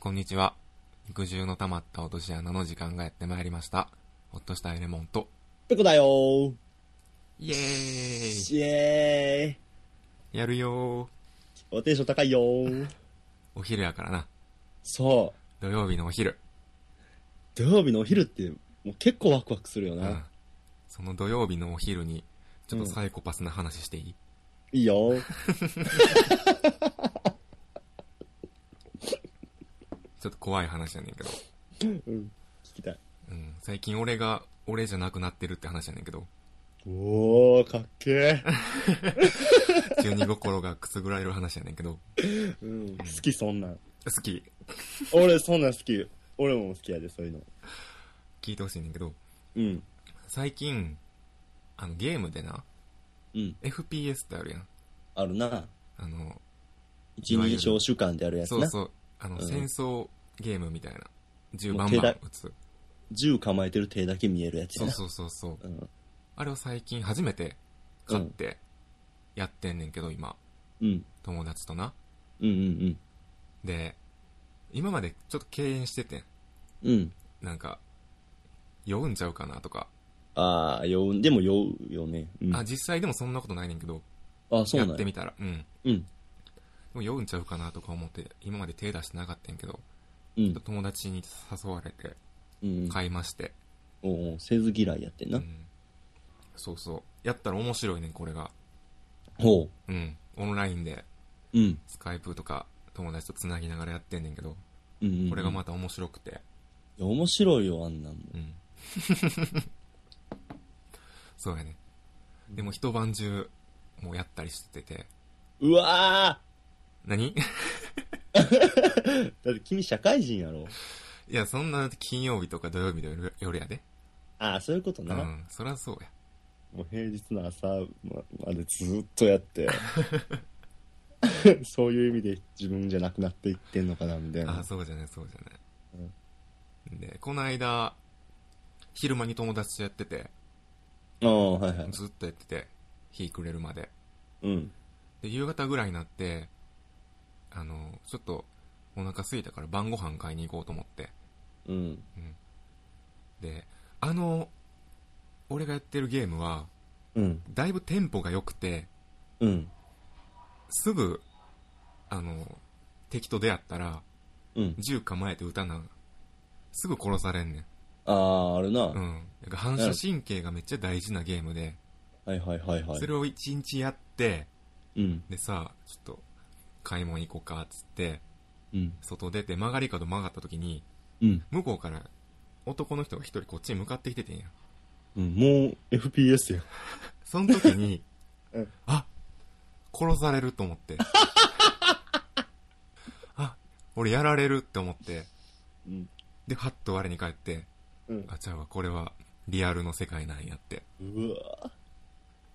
こんにちは。肉汁の溜まった落とし穴の時間がやってまいりました。ほっとしたエレモンと、ペコだよーイエーイエイやるよー。ーイおテンション高いよーお昼やからな。そう。土曜日のお昼。土曜日のお昼って、もう結構ワクワクするような。んその土曜日のお昼に、ちょっとサイコパスな話していい、いいよーちょっと怖い話やねんけど。うん。聞きたい。うん。最近俺が、俺じゃなくなってるって話やねんけど、おー、かっけ中二心がくすぐられる話やねんけど、ー。うん。好き、そんなん。好き。俺、そんなん好き。俺も好きやで、そういうの。聞いてほしいねんけど、うん。最近、あの、ゲームでな、うん。 FPS ってあるやん。あるな。あの、一人称主観であるやつそうな。そう。あの、うん戦争ゲームみたいな。銃もバうン手バだン撃つ。銃構えてる手だけ見えるやつそやうな。そうそうそう。うん。あれを最近初めて買ってやってんねんけど、今。うん。友達とな。うんうんで、今までちょっと敬遠しててん。うん。うん。なんか、酔うんちゃうかなとか。あー、酔う、でも酔うよね。うん。あ、あ、実際でもそんなことないねんけど、そうやなっんてや。みたら。うん。でうん。も酔うんちゃうかなとか思って、今まで手出してなかったんやけど、うん。友達に誘われてうん。買いまして。おお、せず嫌いやってんうな。ん。そうそう。やったら面白いねん、これが。ほうん。オンラインで、う。うん。スカイプとか、友達と繋ぎながらやってんねんけど、うん、うん。これがいまた面白くて、や、面白いよ、あんなんも。うん。そうやね。でも一晩中、もうやったりしてて、うわ何 いーだって君社会人やろ。や、そんな金曜日とか土曜日の夜夜やで。ああ、そういうことうな。ん、そらそうや。もう平日の朝ままでずっとやって。 そういう意味で自分じゃなくなっていってんのかな、みたいああ、な。そうじゃない、そうじゃない。で、この間、昼間に友達とやってて、ああ、はいはい。ずっとやってて、日暮れるまで。うん。で、夕方ぐらいになって、あの、ちょっと、お腹空いたから晩ご飯買いに行こうと思って。うん。で、あの、俺がやってるゲームは、うん。だいぶテンポが良くて、うん。すぐ、あの、敵と出会ったら、うん。銃構えて撃たな、すぐ殺されんねん。ああ、あるな。うん。だから反射神経がめっちゃ大事なゲームで、はいはいはいはいそ。れを一日やって、うん。でさ、ちょっと、買い物行こうか、つって、うん。外出て曲がり角曲がった時に、うん。向こうから男の人が一人こっちに向かってきててんや。うん。もう FPS や。その時に うん、あ、殺されると思って。 あ、俺やられるって思って、うん。で、はっと我に返って、うん。あ、ちゃうわ、これはリアルの世界なんやって。うわー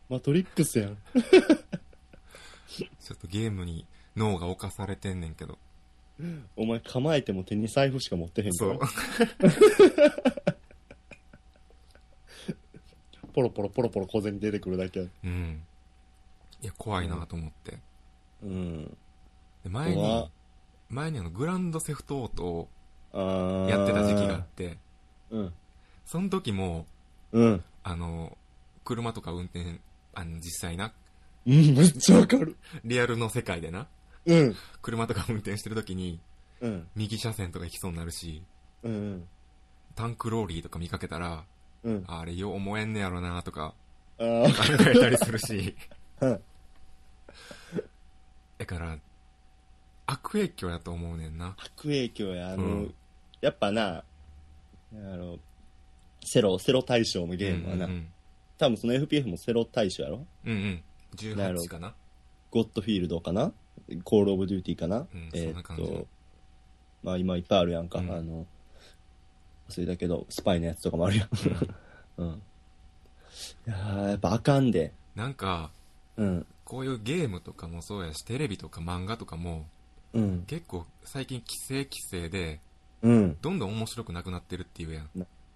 マトリックスやん。ちょっとゲームに脳が侵されてんねんけど。お前構えても手に財布しか持ってへんかそらう。ポロポロポロポロ小銭出てくるだけ うん。いや、怖いなと思って。うんで前怖っに、前にあの、グランドセフトオートをあーやってた時期があって、うんその時も、うんあの、車とか運転、あの、実際な、うんめっちゃわかるリアルの世界でな、うん車とか運転してる時に、うん右車線とか行きそうになるし、うんタンクローリーとか見かけたら、うんあれよう思えんねやろなとか、あー考えたりするし。うんだから、悪影響やと思うねんな。悪影響やあの、うんやっぱなあのセロセロ対象のゲームはな、うんうん多分その FPF もセロ対象やろうん。うんうん。なるほ18どかな。ゴッドフィールドかなコールオブデューティーかうな、んえそんなー感っじとまあ今いっぱいあるやんか、うんあの忘れたけどスパイのやつとかもあるやんうん うん。いやーやっぱあかんで。なんか、うん。こういうゲームとかもそうやし、テレビとか漫画とかも、うん。結構最近規制規制で、うん。どんどん面白くなくなってるっていうやん。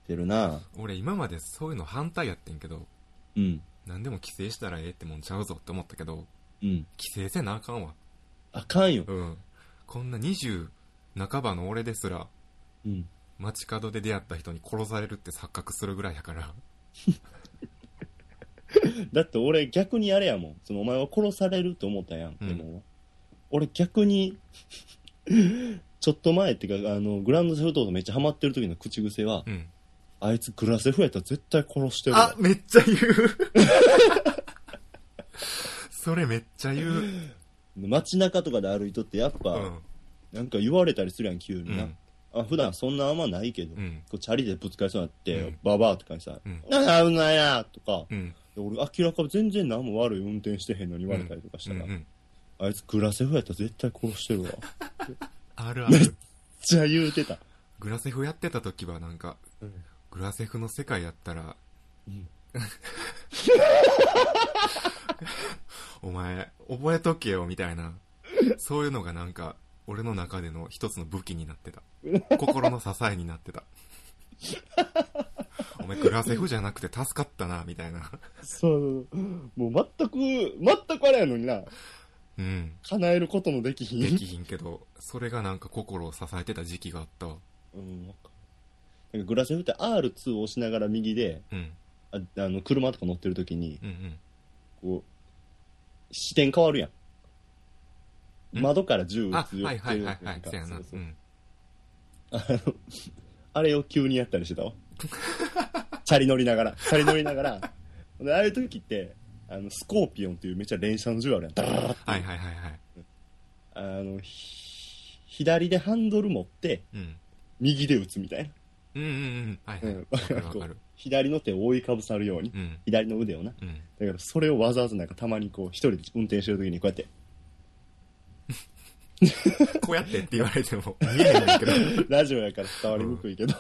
てるな俺今までそういうの反対やってんけど、うん。何でも規制したらええってもんちゃうぞって思ったけど、うん。規制せなあかんわ。あかんよ。うん。こんな20半ばの俺ですら、うん。街角で出会った人に殺されるって錯覚するぐらいやから。だって俺逆にあれやもん。そのお前は殺されると思ったやん。うんでも、俺逆に、 ちょっと前っていうか、あの、グランドセフトオートめっちゃハマってる時の口癖は、うん。あいつグラセフやったら絶対殺してるわあ、めっちゃ言う。 それめっちゃ言う。街中とかで歩いとってやっうぱ、ん。なんか言われたりするやん、急うにな。ん。あ普段そんなあんまないけど、うん。こうチャリでぶつかりそうになって、うんババアとかにさ、うんなんか危ないなとか、うん。で俺明らか全然何も悪い運転してへんのに言われたりとかしたら、うんうんあいつグラセフやったら絶対殺してるわ。 あるある。じゃあ言うてた。グラセフやってた時はなんか、うんグラセフの世界やったら、うん お前、覚えとけよ、みたいな。そういうのがなんか、俺の中での一つの武器になってた。心の支えになってた。 お前、グラセフじゃなくて助かったな、みたいな。そうそうそう。もう全く、全くあれやのにな、うん。叶えることもできひん。できひんけど、それがなんか心を支えてた時期があったわ。うん、わかるなんかグラセフって R2 を押しながら右で、うん。ああの、車とか乗ってる時に、うんうん。こう、視点変わるやん。ん窓から銃撃あ、つよはいはいはいはいっ。てそううやな。。そううそうんあれを急にやったりして たわ。チャリ乗りながら、チャリ乗りながら。 でああいう時って、あの、スコーピオンっていうめっちゃ連射の銃あるやん。ダラララってはいはいはいはい。あの、ひ左でハンドル持って、うん。右で撃つみたいな。うんうんうん。はいはい。うんわかるわかる。左の手を覆いかぶさるように。うん。左の腕をな。うん。だからそれをわざわざなんかたまにこう、一人で運転してる時にこうやって、こうやってって言われても見えへんねんけ ど。 ラジオやから伝わりにくいけど、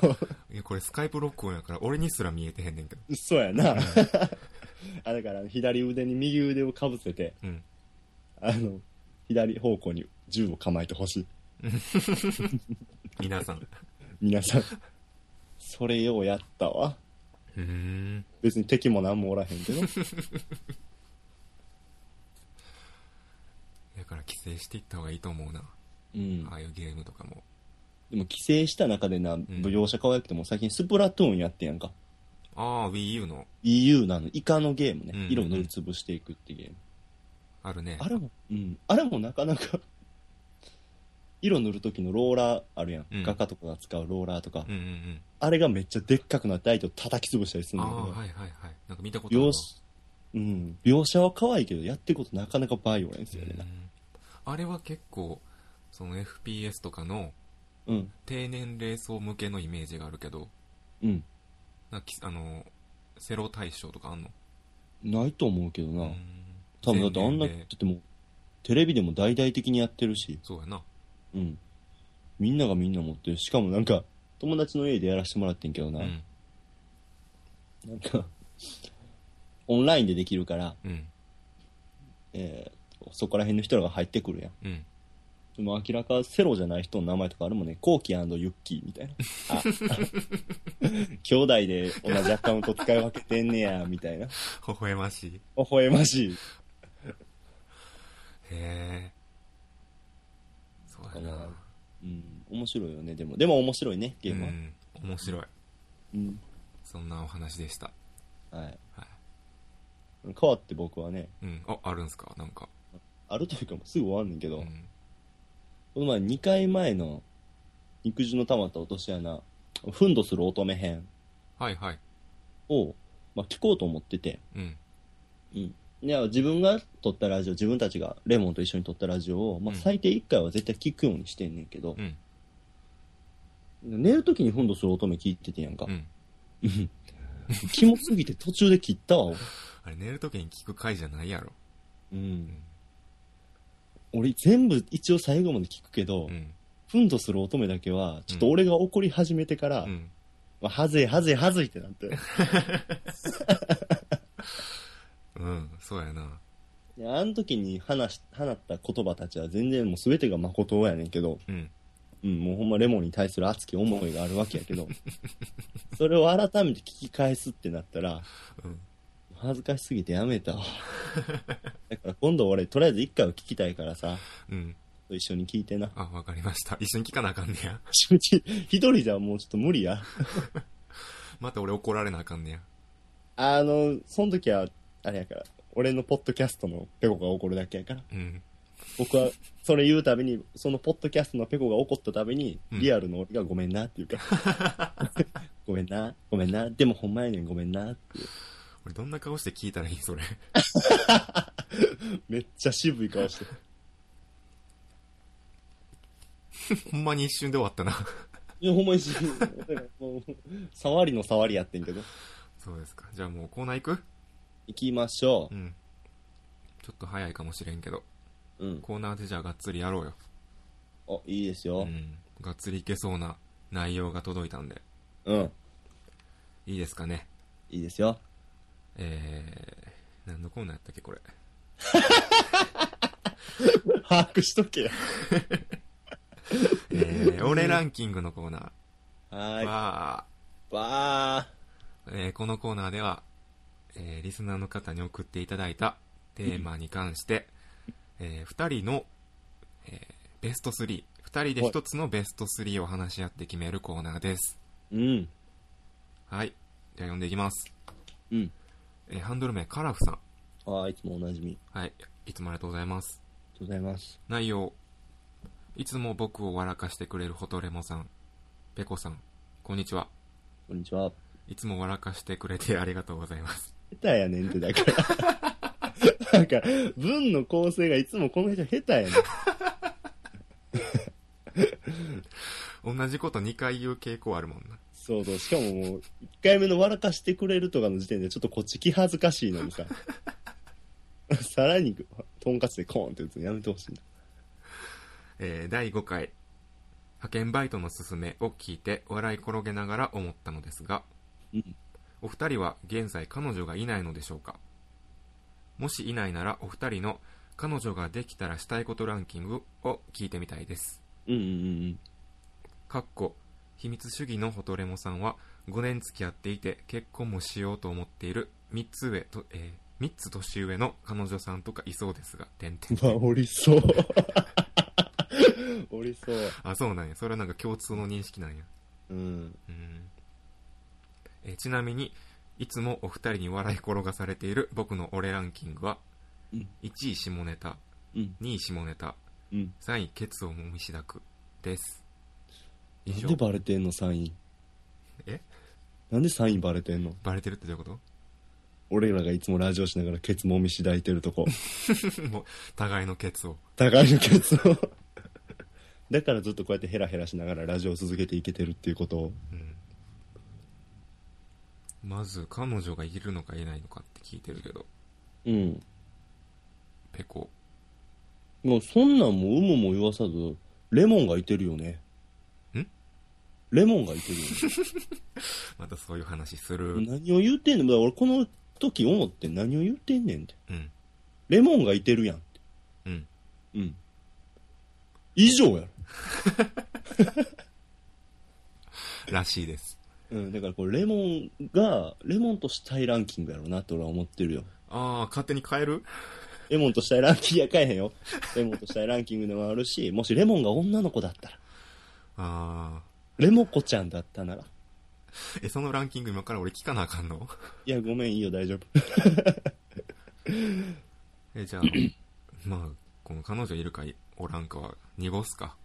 いや、これスカイプロック音やから俺にすら見えてへんねんけど。 そうやな。あだから左腕に右腕をかぶせて、うん。あの、左方向に銃を構えてほしい。皆さん。皆 さん。それようやったわ。うーん。別に敵も何もおらへんけど。だから規制していった方がいいと思うな。うんああいうゲームとかも。でも規制した中でな、描写可愛くても最近スプラトゥーンやってんやんか。ああ、Wii U の EU なの、イカのゲームねうん。色を塗りつぶしていくってゲーム。あるね。あれも、うん。あれもなかなか、色塗る時のローラーあるやん。うん画家とかが使うローラーとかう。んうんあれがめっちゃでっかくなって相手を叩き潰したりすうん。るあんだけあ、ど。はいはいはい。なんか見たことあるわ描写、うん、描写は可愛いけど、やってることなかなかバイオレンスよね。うんあれは結構、その FPS とかのうん、低年齢層向けのイメージがあるけど、うん。なんかきあの、セロ対象とかあんのないと思うけどうな。ん多分だってあんな、全だ年齢ってもう、テレビでも大々的にやってるし、そうやな。うん。みんながみんな持ってる。しかもなんか、友達の家でやらせてもらってんけどうな。ん。なんか、オンラインでできるから、うん。えーそこら辺の人らが入ってくるやん。うん。でも明らかセロじゃない人の名前とかあるもんね。コウキユッキーみたいな。あ 兄弟で同じアカウント使い分けてんねや、みたいな。微笑ましい。微笑ましい。へえ。そうやな。うん、面白いよね、でも。でも面白いね、ゲームうは。ん。面白い。うん。そんなお話でした。はい。は変わって僕はね、い。うん。あ、あるんすかなんか。あるというかもうすぐ終わんねんけうど、ん。この前2回前の肉汁の溜まった落とし穴、ふんどする乙女編はいはい。を、まあ、聞こうと思ってて、うん。うん。いや、自分が撮ったラジオ、自分たちがレモンと一緒に撮ったラジオを、まあ、うん最低1回は絶対聞くようにしてんねんけど、うん。寝るときにふんどする乙女聞いててんやんかう。ん。キモすぎて途中で切ったわ、俺あれ、寝るときに聞く回じゃないやろ。うん。俺全部一応最後まで聞くけど、うん。ふんどする乙女だけは、ちょっと俺が怒り始めてから、うん。まあ、はずいはずいはずいってなって。うん。そうやな。であの時に話し、放った言葉たちは全然もう全てが誠やねんけど、うん。うん、もうほんまレモンに対する熱き思いがあるわけや けど、それを改めて聞き返すってなったら、うん。恥ずかしす ぎてやめたわ。だから今度俺、とりあえず一回は聞きたいからさ、うん。と一緒に聞いてな。 あ、わかりました。一緒に聞かなあかんねや。 一緒に一人じゃもうちょっと無理や。また俺怒られなあかんねや。あの、その時は、あれやから、俺のポッドキャストのペコが怒るだけやから、うん。僕はそれ言うたびに、そのポッドキャストのペコが怒ったたびに、うんリアルの俺がごめんなっていうから、 ごめんな、ごめんな、でもほんまやねんごめんなっていう。俺どんな顔して聞いたらいいそれ。 めっちゃ渋い顔して。ほんまに一瞬で終わったな。 いや、ほんまに渋い。もう触りの触りやってんけど。そうですか。じゃあもうコーナー行く行きましょうん。ちょっと早いかもしれんけど。う。うん。コーナーでじゃあがっつりやろうよ。あ、いいですうよ。ん。がっつりいけそうな内容が届いたんで。うん。いいですかね。いいですよ。えー、何のコーナーやったっけこれ。把握しとけよ。え ー、俺ランキングのコーナー。はーい。わわあ。ーえーこのコーナーでは、えーリスナーの方に送っていただいたテーマに関して、え2人の、えーベスト32人で1つのベスト3を話し合って決めるコーナーですうん。はいじゃあ読んでいきます、うん。えーハンドル名カラフさんああ、いつもおなじみ。はいいつもありがとうございますありがとうございます。内容いつも僕を笑かしてくれるホトレモさんペコさんこんにちはこんにちは。いつも笑かしてくれてありがとうございます下手やねんってだから。 なんか、文の構成がいつもこの人下手やねん。同じこと2回言う傾向あるもんなそうそう。しかももう、1回目の笑かしてくれるとかの時点でちょっとこっち気恥ずかしいのにさ。 さらに、とんかつでコーンって打つのやめてほしいな。えー第5回派遣バイトのすすめを聞いて笑い転げながら思ったのですが、うんお二人は現在彼女がいないのでしょうかもしいないならお二人の彼女ができたらしたいことランキングを聞いてみたいですうんうんうんかっこ秘密主義のホトレモさんは5年付き合っていて結婚もしようと思っている3つ上と、えー、3つ年上の彼女さんとかいそうですが点う々ん。 まあ、おりそう。おりそう。あそうなんやそれはなんか共通の認識なんやうん。うんえーちなみにいつもお二人に笑い転がされている僕の俺ランキングは、うん1位下ネタうん。 2位下ネタうん。 3位ケツをもみしだくです以なん上でバレてんの、サイン。えなんでサインバレてんのバレてるってどういうこと俺らがいつもラジオしながらケツもみしだいてるとこ。 もう互いのケツを互いのケツを。 だからずっとこうやってヘラヘラしながらラジオを続けていけてるっていうことを。うんまず彼女がいるのかいないのかって聞いてるけどうん。ペコもうそんなんもう有無も言わさず、レモンがいてるよね。んレモンがいてるよね。またそういう話する うん、何を言ってんねん。だから俺この時思って何を言ってんねんって。うんレモンがいてるやんって。うん。以上やろ。らしいですうん、だからこれレモンが、レモンとしたいランキングやろうなって俺は思ってるよ。ああ勝手に変えるレモンとしたいランキング、いや、変えへん よ。レモンとしたいランキングでもあるし、もしレモンが女の子だったら、ああレモコちゃんだったなら、え、そのランキング今から俺聞かなあかんの いや、ごめん、いいよ、大丈夫。え、 じゃあ、まあ、この彼女いるかいおらんかは濁すか。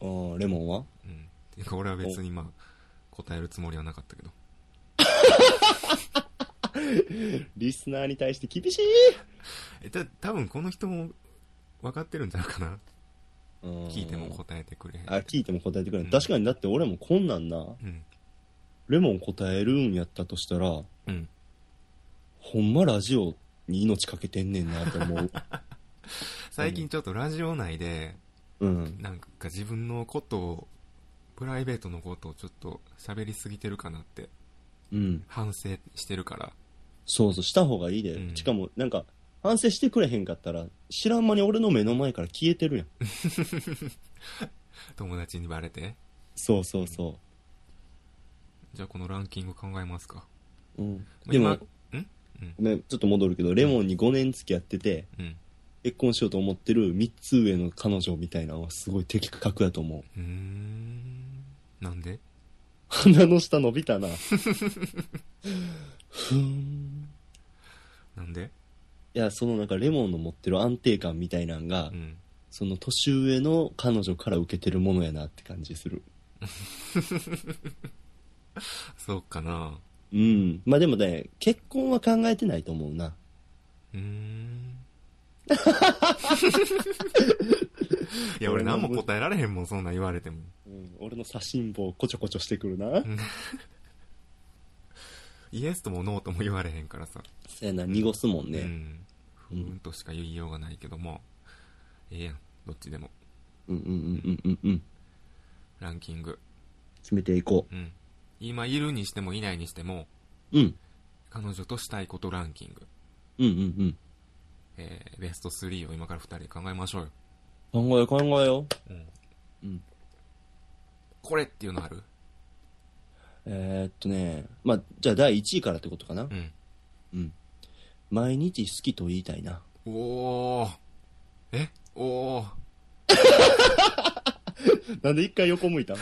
あーレモンはうん。てか俺は別にまあ、答えるつもりはなかったけど。リスナーに対して厳しいえ、た、多分この人も分かってるんじゃないかな聞聞いても答えてくれへん。あ、聞いても答えてくれなうい。ん確かに、だって俺もこんなんな、うん。レモン答えるんやったとしたら、うん。ほんまラジオに命かけてんねんなと思う。最近ちょっとラジオ内で、うん。なんか自分のことを、プライベートのことをちょっと喋りすぎてるかなって、うん。反省してるから。そうそう、した方がいいで。うんしかも、なんか、反省してくれへんかったら、知らん間に俺の目の前から消えてるやん。友達にバレて。そうそうそじゃあこのランキング考えますか。う。うん。まあでも、今んうんね、ちょっと戻るけど、レモンに5年付き合ってて、うん。結婚しようと思ってる3つ上の彼女みたいなのはすごい的確やと思う。うーんなんで鼻の下伸びたな。ふーん。なんでいや、そのなんかレモンの持ってる安定感みたいなんが、うんその年上の彼女から受けてるものやなって感じする。そうかなうん。まあでもね、結婚は考えてないと思うな。うー んいや俺何も答えられへんもんそんなん言われてもうん、俺の左心棒こちょこちょしてくるな。イエスともノーとも言われへんからさそうやな、濁すもんうね。んふーんとしか言いようがないけどもええやんどっちでもうんうんうんうんうんうん。ランキング決めていこうん今いるにしてもいないにしてもう。うん。彼女としたいことランキング、うんうんえー、ベスト3を今から2人で考えましょうよ、うん。考えよう考えようん、う。うん。これっていうのあるえー、っとね、まあ、じゃあ第1位からってことかな。うんうん。毎日好きと言いたいな。おーえおーなんで一回横向いた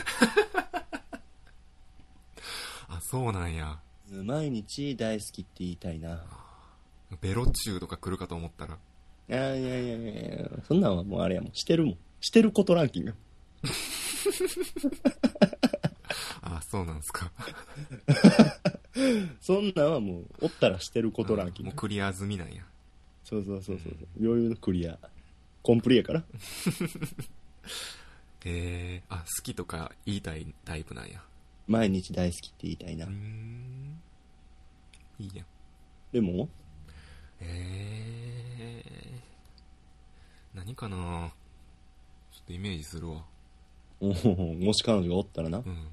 あそうなんや毎日大好きって言いたいな。ベロチューとか来るかと思ったらいやいやいやいやいやそんなんはもうあれやもん。してるもん。してることランキング。あそうなんすかそんなんはもう、おったらしてることランキンもグう。クリア済みなんやそうそうそうそう。余裕のクリア。コンプリやから。えー、あ好きとか言いたいタイプなんや毎日大好きって言いたいうなー。んいいやんでも、 えー、何かなちょっとイメージするわおーもし彼女がおったらなう、ん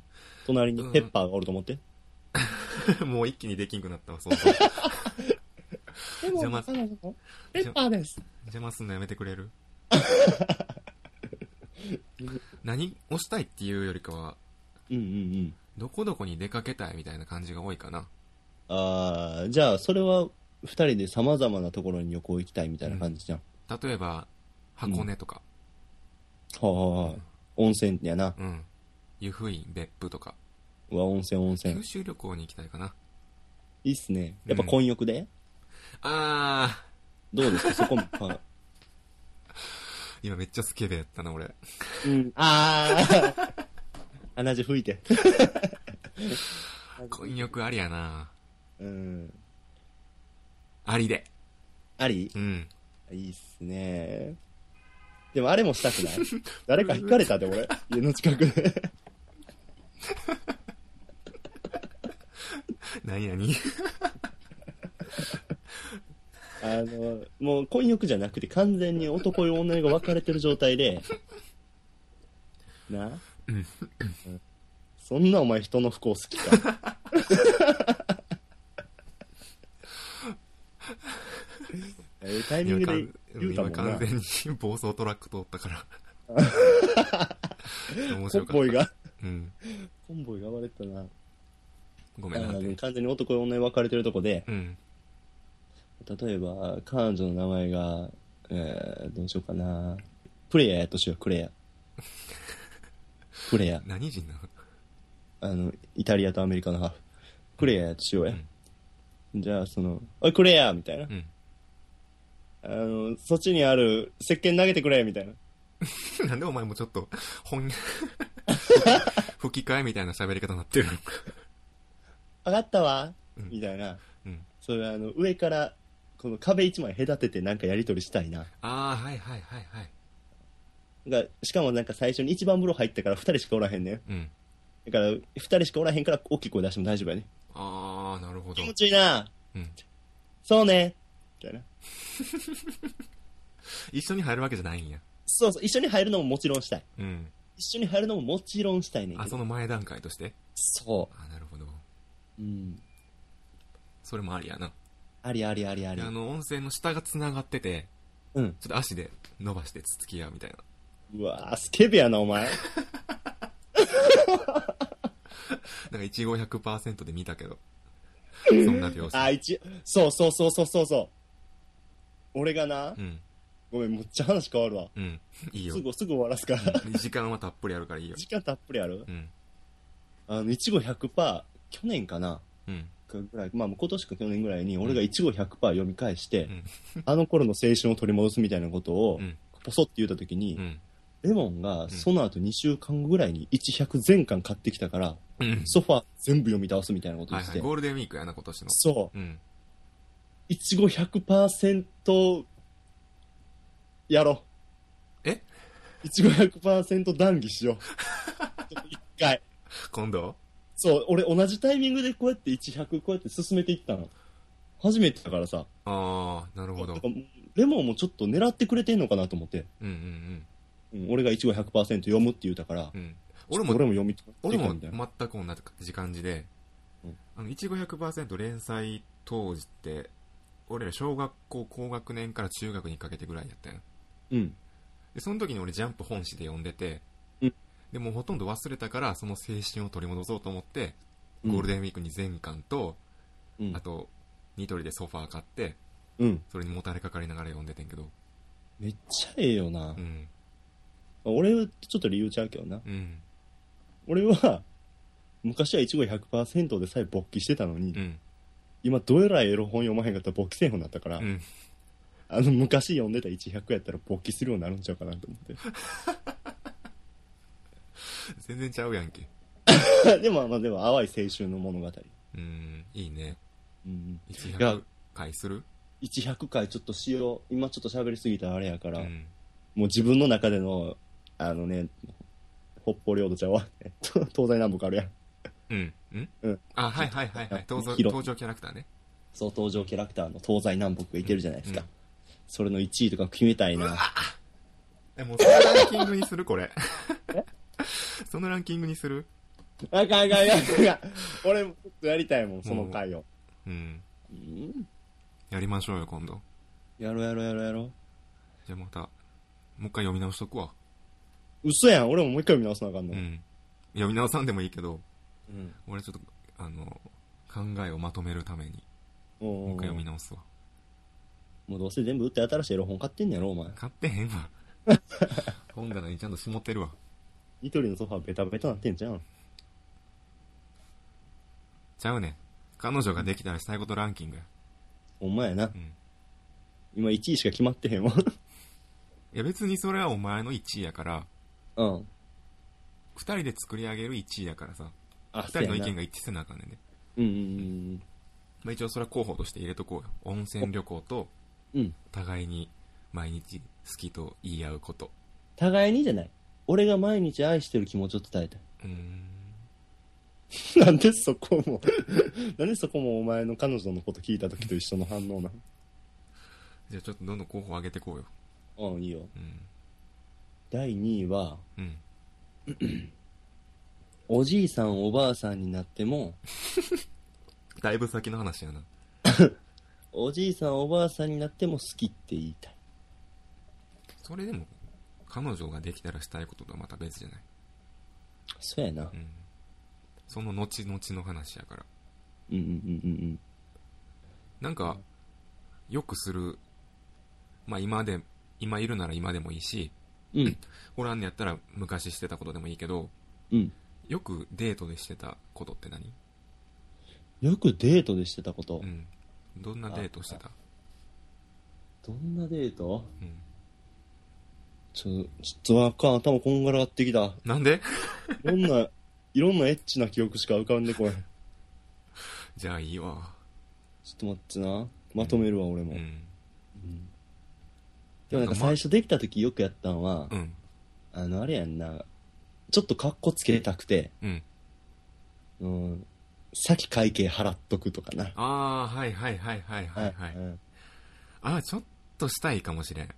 隣にペッパーがおると思って。 もう一気にできんくなったわ、そうそう。でもじゃあまず彼女もペッパーです。邪魔すんのやめてくれる何をしたいっていうよりかは、うんうんうん。どこどこに出かけたいみたいな感じが多いかな。ああ、じゃあそれは二人で様々なところに旅行行きたいみたいな感じじゃん。例えば、箱根とか、はあ、はあ、温泉やな。うん、湯布院、別府とか、うわ、温泉温泉九。州旅行に行きたいかな。いいっすね。やっぱ混浴で、あどうですかそこも。あー、今めっちゃスケベやったな、俺。うん。ああ。鼻血吹いて。婚浴ありやな。うん。ありで。ありうん。いいっすね。でもあれもしたくない誰か引かれたで、俺。家の近くで。何やに。あの、もう混浴じゃなくて完全に男湯女湯が分かれてる状態で、なうんそんなお前人の不幸好きか。 ええタイミン今グかでん言うたも今んな完。全に暴走トラック通った から。面コ白ンかっボイが、た。うん。コンボイが暴れてたな。ごあめんなさのい。完全に男湯女湯分かれてるとこで、うん。例えば、彼女の名前が、えー、どうしようかな。プレイヤーやとしよう、クレア。プレイヤー。何人なの あの、イタリアとアメリカのハーフ。クレアやとしようや。うじゃあ、その、おい、クレアみたいな。ん。あの、そっちにある石鹸投げてくれみたいな。うん。なんでお前もちょっと、本、 吹き替えみたいな喋り方になってる の上がったわうんみたいな。うん。それあの、上から、この壁一枚隔ててなんかやりとりしたいな。ああ、はいはいはいはい。がしかもなんか最初に一番風呂入ってから二人しかおらへんねん。うん。だから、二人しかおらへんから大きい声出しても大丈夫やね。ああ、なるほど気持。ちいいなうん。そうねみたいな。一緒に入るわけじゃないんや。そうそう、一緒に入るのももちろんしたい。うん。一緒に入るのももちろんしたいねんあ、けそど。の前段階としてそあーなるほど。う。うん。それもありやな。ありありありありで、あ。の、温泉の下が繋がってて、うん。ちょっと足で伸ばしてつつき合うみたいな。うわぁ、スケベやな、お前。なんか一五百パーセントで見たけど。そんな描あ、写。一、そうそうそうそうそうそう。俺がなう、ん。ごめん、むっちゃ話変わるわ。うん。いいよす。ぐ、すぐ終わらすから。時間はたっぷりあるからいいよ。時間たっぷりあるうん。あの、いちご100%、去年かなうん。ぐらい、まあもう今年か去年ぐらいに、俺がいちご100%読み返して、うんあの頃の青春を取り戻すみたいなことをうん、ポソって言った時に、うん。レモンがその後2週間後ぐらいに1100全巻買ってきたから、うん。ソファ全部読み倒すみたいなことをはいしはい。て、ゴールデンウィークやな、今年の。そう、うん。いちご100%やろう。えいちご100%談義しよう。一回。今度そう、俺同じタイミングでこうやって100こうやって進めていったの。初めてだからさ、ああ、なるほどだ。からレモンもちょっと狙ってくれてんのかなと思って、うんうんうん、俺がいちご100%読むって言うたからうん。、うん。ちょ俺っも、と読み俺もみたいな。全く同じ感じでうん、あの、いちご100%連載当時って、俺ら小学校高学年から中学にかけてぐらいやったんようん。で、その時に俺ジャンプ本誌で読んでてうん、でもうほとんど忘れたから、その青春を取り戻そうと思って、ゴールデデンウィークに全巻と、ン、うんあと、ニトリでソファー買って、うん。それにもたれかかりながら読んでてんけど、めっちゃええよなう。ん、俺、ちょっと理由ちゃうけどな。うん、俺は、昔はいちご100%でさえ勃起してたのに、うん、今どえらいエロ本読まへんかったら勃起せんようになったから、うん。あの昔読んでた100やったら勃起するようになるんちゃうかなと思全然ちゃうやんけ。 って。でも、まあでも、淡い青春の物語。うん、いいね。うん。いや100回する100回ちょっとしよう。今ちょっと喋りすぎたらあれやかうら、ん。もう自分の中での、あのね、北方領土ちゃうわ。 えっと東西南北あるやん。うん。うんうんあ、はいはいはいはい。登場、広い登場キャラクターね。そう、登場キャラクターの東西南北がいてるじゃないですか。うんそれの1位とか決めたいな。え、もうそのランキングにするこ れ。そのランキングにするあかんあかんあかんあかん俺もちょっとやりたいもん、その回を。うん。うんやりましょうよ、今度。やろうやろうやろうやろう。じゃあまた、もう一回読み直しとくわ。嘘やん、俺ももう一回見直さなあかんうの。ん。読み直さんでもいいけど、うん。俺ちょっと、あの、考えをまとめるために、もうも一回読み直すわ。もうどうせ全部売って新しいエロ本買ってんねやろ、お前。買ってへん わ。本棚にちゃんとしもってるわ。ニトリのソファーベタベタなってんじゃん。ちゃうねん。彼女ができたらしたいことランキングや。ほんまやなう。ん。今1位しか決まってへんわ。いや別にそれはお前の1位やから、うん。二人で作り上げる1位やからさ、あ、二人の意そうや見なが一致せなあかんねんね。うんうんまあ一応それは候補として入れとこうよ。温泉旅行と、うん。うん。互いに毎日好きと言い合うこと。互いにじゃない。俺が毎日愛してる気持ちを伝えたうーん。い。 なんでそこも、 なんでそこもお前の彼女のこと聞いた時と一緒の反応なじゃあちょっとどんどん候補上げてこうよ。のうん、いいよ。うん。第2位は、うん。おじいさんおばあさんになっても、だいぶ先の話やな。おじいさんおばあさんになっても好きって言いたい。それでも、彼女ができたらしたいこととはまた別じゃない。そうやなう。ん。その後々の話やから。うんうんうんうんうん。なんか、よくする、まあ今で、今いるなら今でもいいし、うん。おらんのやったら昔してたことでもいいけど、うん。よくデートでしてたことって何よくデートでしてたこと。うん。どんなデートしてたどんなデートうん。ちょ、ちょっとあかん、頭こんがらがってきた。なんで いろんな、いろんなエッチな記憶しか浮かんでこ い。ちょじゃあいいわ。っと待ってな。まとめるわ、俺うも。ん。でもなんか最初できた時よくやったんはう、ん。あの、あれやんな。ちょっとカッコつけたくて、うん。うん、先会計払っとくとかな。ああ、はいはいはいはいはい、はうい。んああ、ちょっとしたいかもしれん。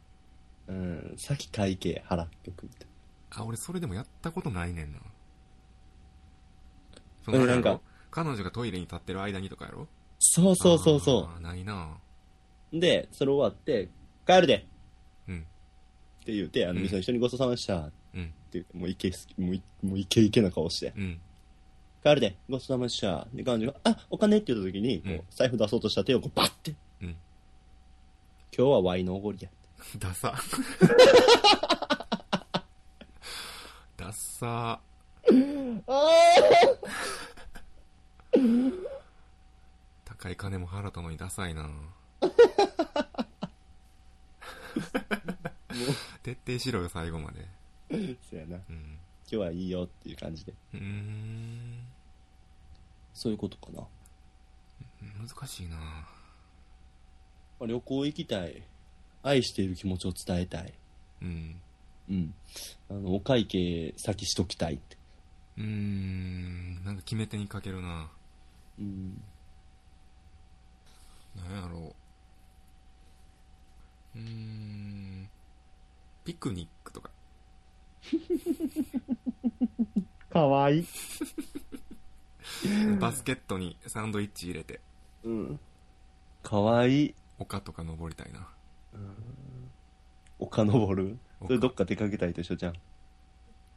うん、先会計払っておくみたいあ、俺それでもやったことないねんな。そうんのなんか彼女がトイレに立ってる間にとかやろそうそうそうそあーないなう。で、それ終わって、帰るでうん。って言うて、あの、うん店の人にごちそうさまでしたってうん。言って、もうイケす、もうイもうイケイケな顔して、うん。 帰るでごちそうさまでしたで、彼女が、あ、お金って言った時に、こう、うん財布出そうとした手をこうバッて、うん今日はワイのおごりやって。 ダサ。 ダサ。高い金も払ったのにダサ いな 徹底しろよ、最後まで。そうやな。今うん。日はいいよっていう感じで。うーん。そういうことかな。難しいなまあ旅行行きたい。愛している気持ちを伝えたい。うん。うん。あの、お会計先しときたいって。うーん。なんか決め手にかけるなうん。なんやろう。うーん。ピクニックとか。かわいい。バスケットにサンドイッチ入れて、うん。かわいい。丘とか登りたいな。丘登る丘それどっか出かけたいと一緒じゃん。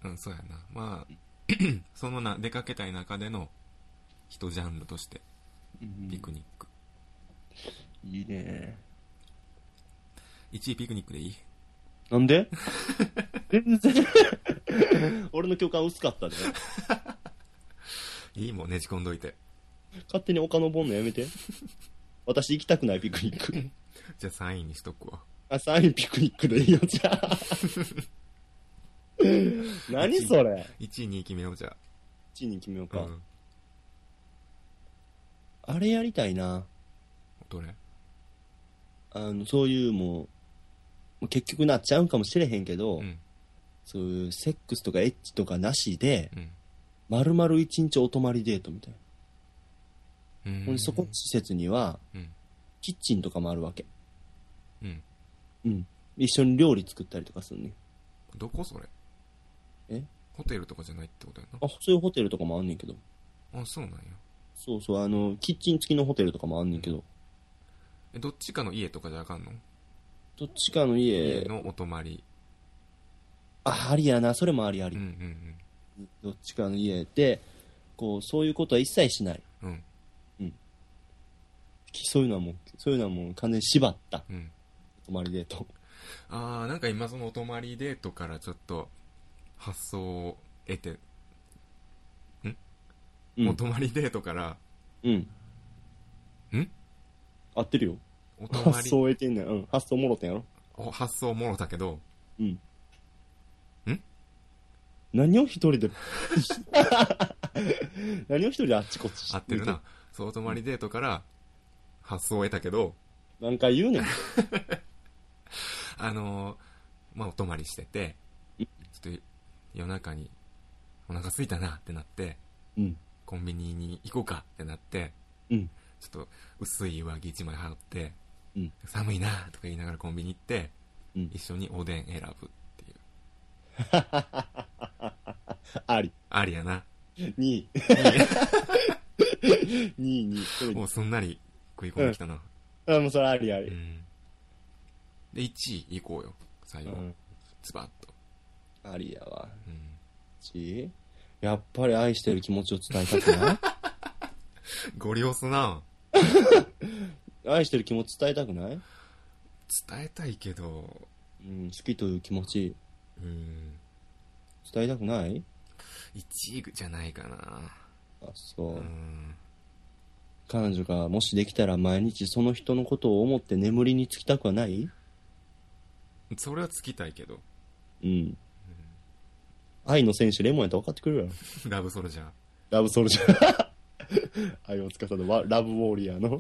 うん、そうやな。まあ、 そのな、出かけたい中での人ジャンルとして、ピクニック。いいね。 1位ピクニックでいいなんで 全然。俺の共感薄かったね。いいもん、ねじ込んどいて。勝手に丘登るのやめて。私行きたくないピクニック。じゃあ3位にしとくわ。あ、3位ピクニックでいいよ、じゃ あ。何それ。 1位、2位決めよう、じゃ1位に決めようあ。か。うん。あれやりたいな。どれあの、そういうもう、もう結局なっちゃうんかもしれへんけど、うん、そういうセックスとかエッチとかなしで、うん。丸々一日お泊まりデートみたいな。うーんほんでそこの施設には、うん。キッチンとかもあるわけ。うん。うん。一緒に料理作ったりとかするね。どこそれえホテルとかじゃないってことやあ、そういうホテルとかもあんねんけど。な。あ、そうなんや。そうそう、あの、キッチン付きのホテルとかもあんねんけど、え、どっちかの家とかじゃあかんのどっちかの家家、のお泊まり。あ、ありやな、それもありあうり。んうんどっちかの家で、こう、そういうことは一切しない。うん。うんきそういうのはもう、そういうのはもう完全に縛った。うん。泊まりデート。あー、なんか今そのお泊まりデートからちょっと発想を得て、うん。お泊まりデートから、うん。ん合ってるよ。お泊ま発 り、想得てんねん。うん。発想もろてんやろ。お発想もろたけど、うん。ん何を一人で、 何を一人であっちこっちし合ってるな。。そう、お泊まりデートから発想を得たけど、何回言うねん。あのー、まあ、お泊まりしてて、ちょっと夜中にお腹空いたなってなって、うん。コンビニに行こうかってなって、うん。ちょっと薄い上着1枚羽織って、うん寒いなとか言いながらコンビニ行って、うん一緒におでん選ぶっていう。あり。ありやな。 2位。2位、2位。それもうすんなり食い込んできたな。あ、もうそれありあうり。ん。で、1位行こうよ。最う後。ん。ズバッと。ありやわ。うん。ちやっぱり愛してる気持ちを伝えたくない ご利用すな愛してる気持ち伝えたくない伝えたいけど、うん、好きという気持ちうん。伝えたくない1位じゃないかな。あ、そう。うん。彼女がもしできたら毎日その人のことを思って眠りにつきたくはないそれはつきたいけど。うん。愛の選手レモンやったら分かってくれるやろ。ラブソルジャー。ラブソルジャー。 愛を司るわラブウォーリアーの。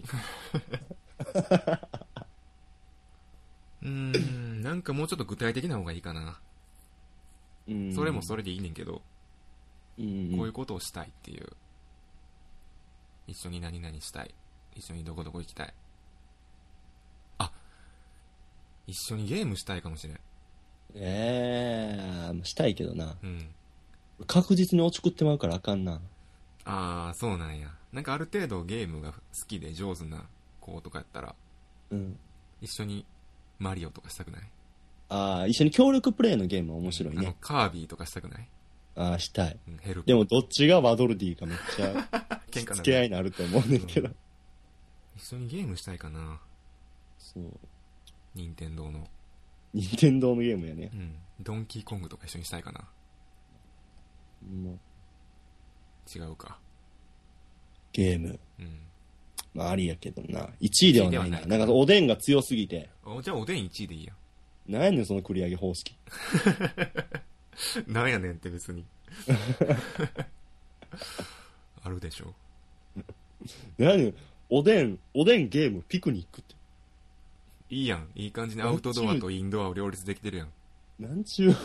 うーん、なんかもうちょっと具体的な方がいいかな。うんそれもそれでいいねんけど、うん。こうこいうことをしたいっていう。一緒に何々したい。一緒にどこどこ行きたい。あ、一緒にゲームしたいかもしれん。ええー、したいけどな。うん。確実に落ちくってまうからあかんな。ああ、そうなんや。なんかある程度ゲームが好きで上手な子とかやったら、うん。一緒にマリオとかしたくないああ、一緒に協力プレイのゲームは面白いあのね。、カービィとかしたくないああ、したい。うん、ヘルプ。でもどっちがワドルディかめっちゃ 喧嘩な付き合いになると思うねんけど。一緒にゲームしたいかな。そう。任天堂の。任天堂のゲームやねう。ん。ドンキーコングとか一緒にしたいかな。もう違うか。ゲーム。うん。まあ、ありやけどな。1位ではないな。一位ではなないんか、おでんが強すぎて。おじゃあおでん1位でいいや。なんやねん、その繰り上げ方式。なんやねんって別に。 あるでしょ。なんやねん、おでん、おでんゲーム、ピクニックって。いいやん。いい感じにアウトドアとインドアを両立できてるやん。なんちゅう。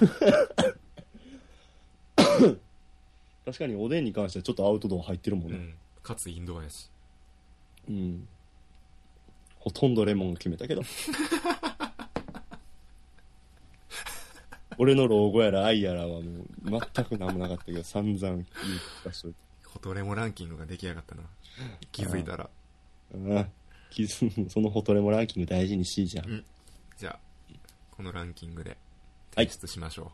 確かにおでんに関してはちょっとアウトドア入ってるもんうね。ん。かつインドアやし。うん。ほとんどレモンが決めたけど。俺の老後やら愛やらはもう全く何もなかったけど散々言い聞かしといて。ホトレモランキングが出来上がったな。気づいたら。うん。キズそのホトレモランキング大事にしいじゃん。じゃあ、このランキングではい提出しましょ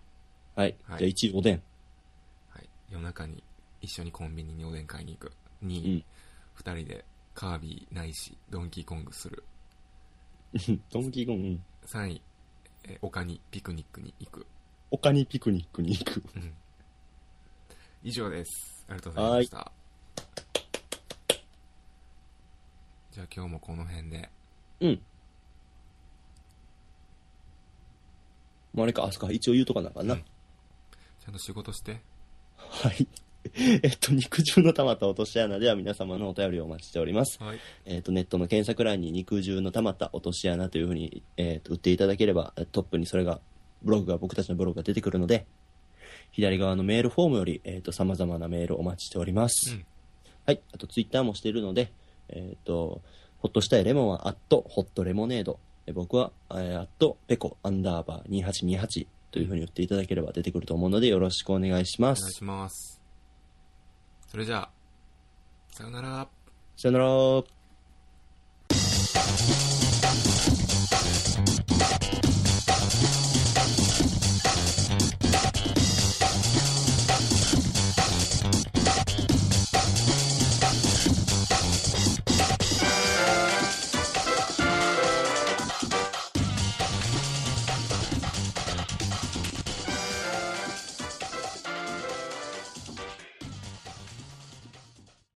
う。はい。はいじゃあ1位おでん。 はい、夜中に一緒にコンビニにおでん買いに行く2うん二人でカービィないしドンキーコングするドンキーコング、うん。 3位えー丘にピクニックに行く、丘にピクニックに行く。うん、以上ですありがとうございましたじゃあ今日もこの辺でうん。まあ、あれか、あそこ一応言うとかなあかんな。ちゃんと仕事してはい。 えっと、肉汁の玉と落とし穴では皆様のお便りをお待ちしております。はいえっと、ネットの検索欄に肉汁の玉と落とし穴というふうに、えっと、打っていただければ、トップにそれが、ブログが、僕たちのブログが出てくるので、左側のメールフォームより、えっと、様々なメールをお待ちしております。うんはい。あと、ツイッターもしているので、えっ、と、ほっとしたいレモンは、アット、ホットレモネード。え僕は、えー、アット、ペコ、アンダーバー、2828というふうに言っていただければ出てくると思うので、よろしくお願いしまお願いす。しますそれじゃあさよならさよなら。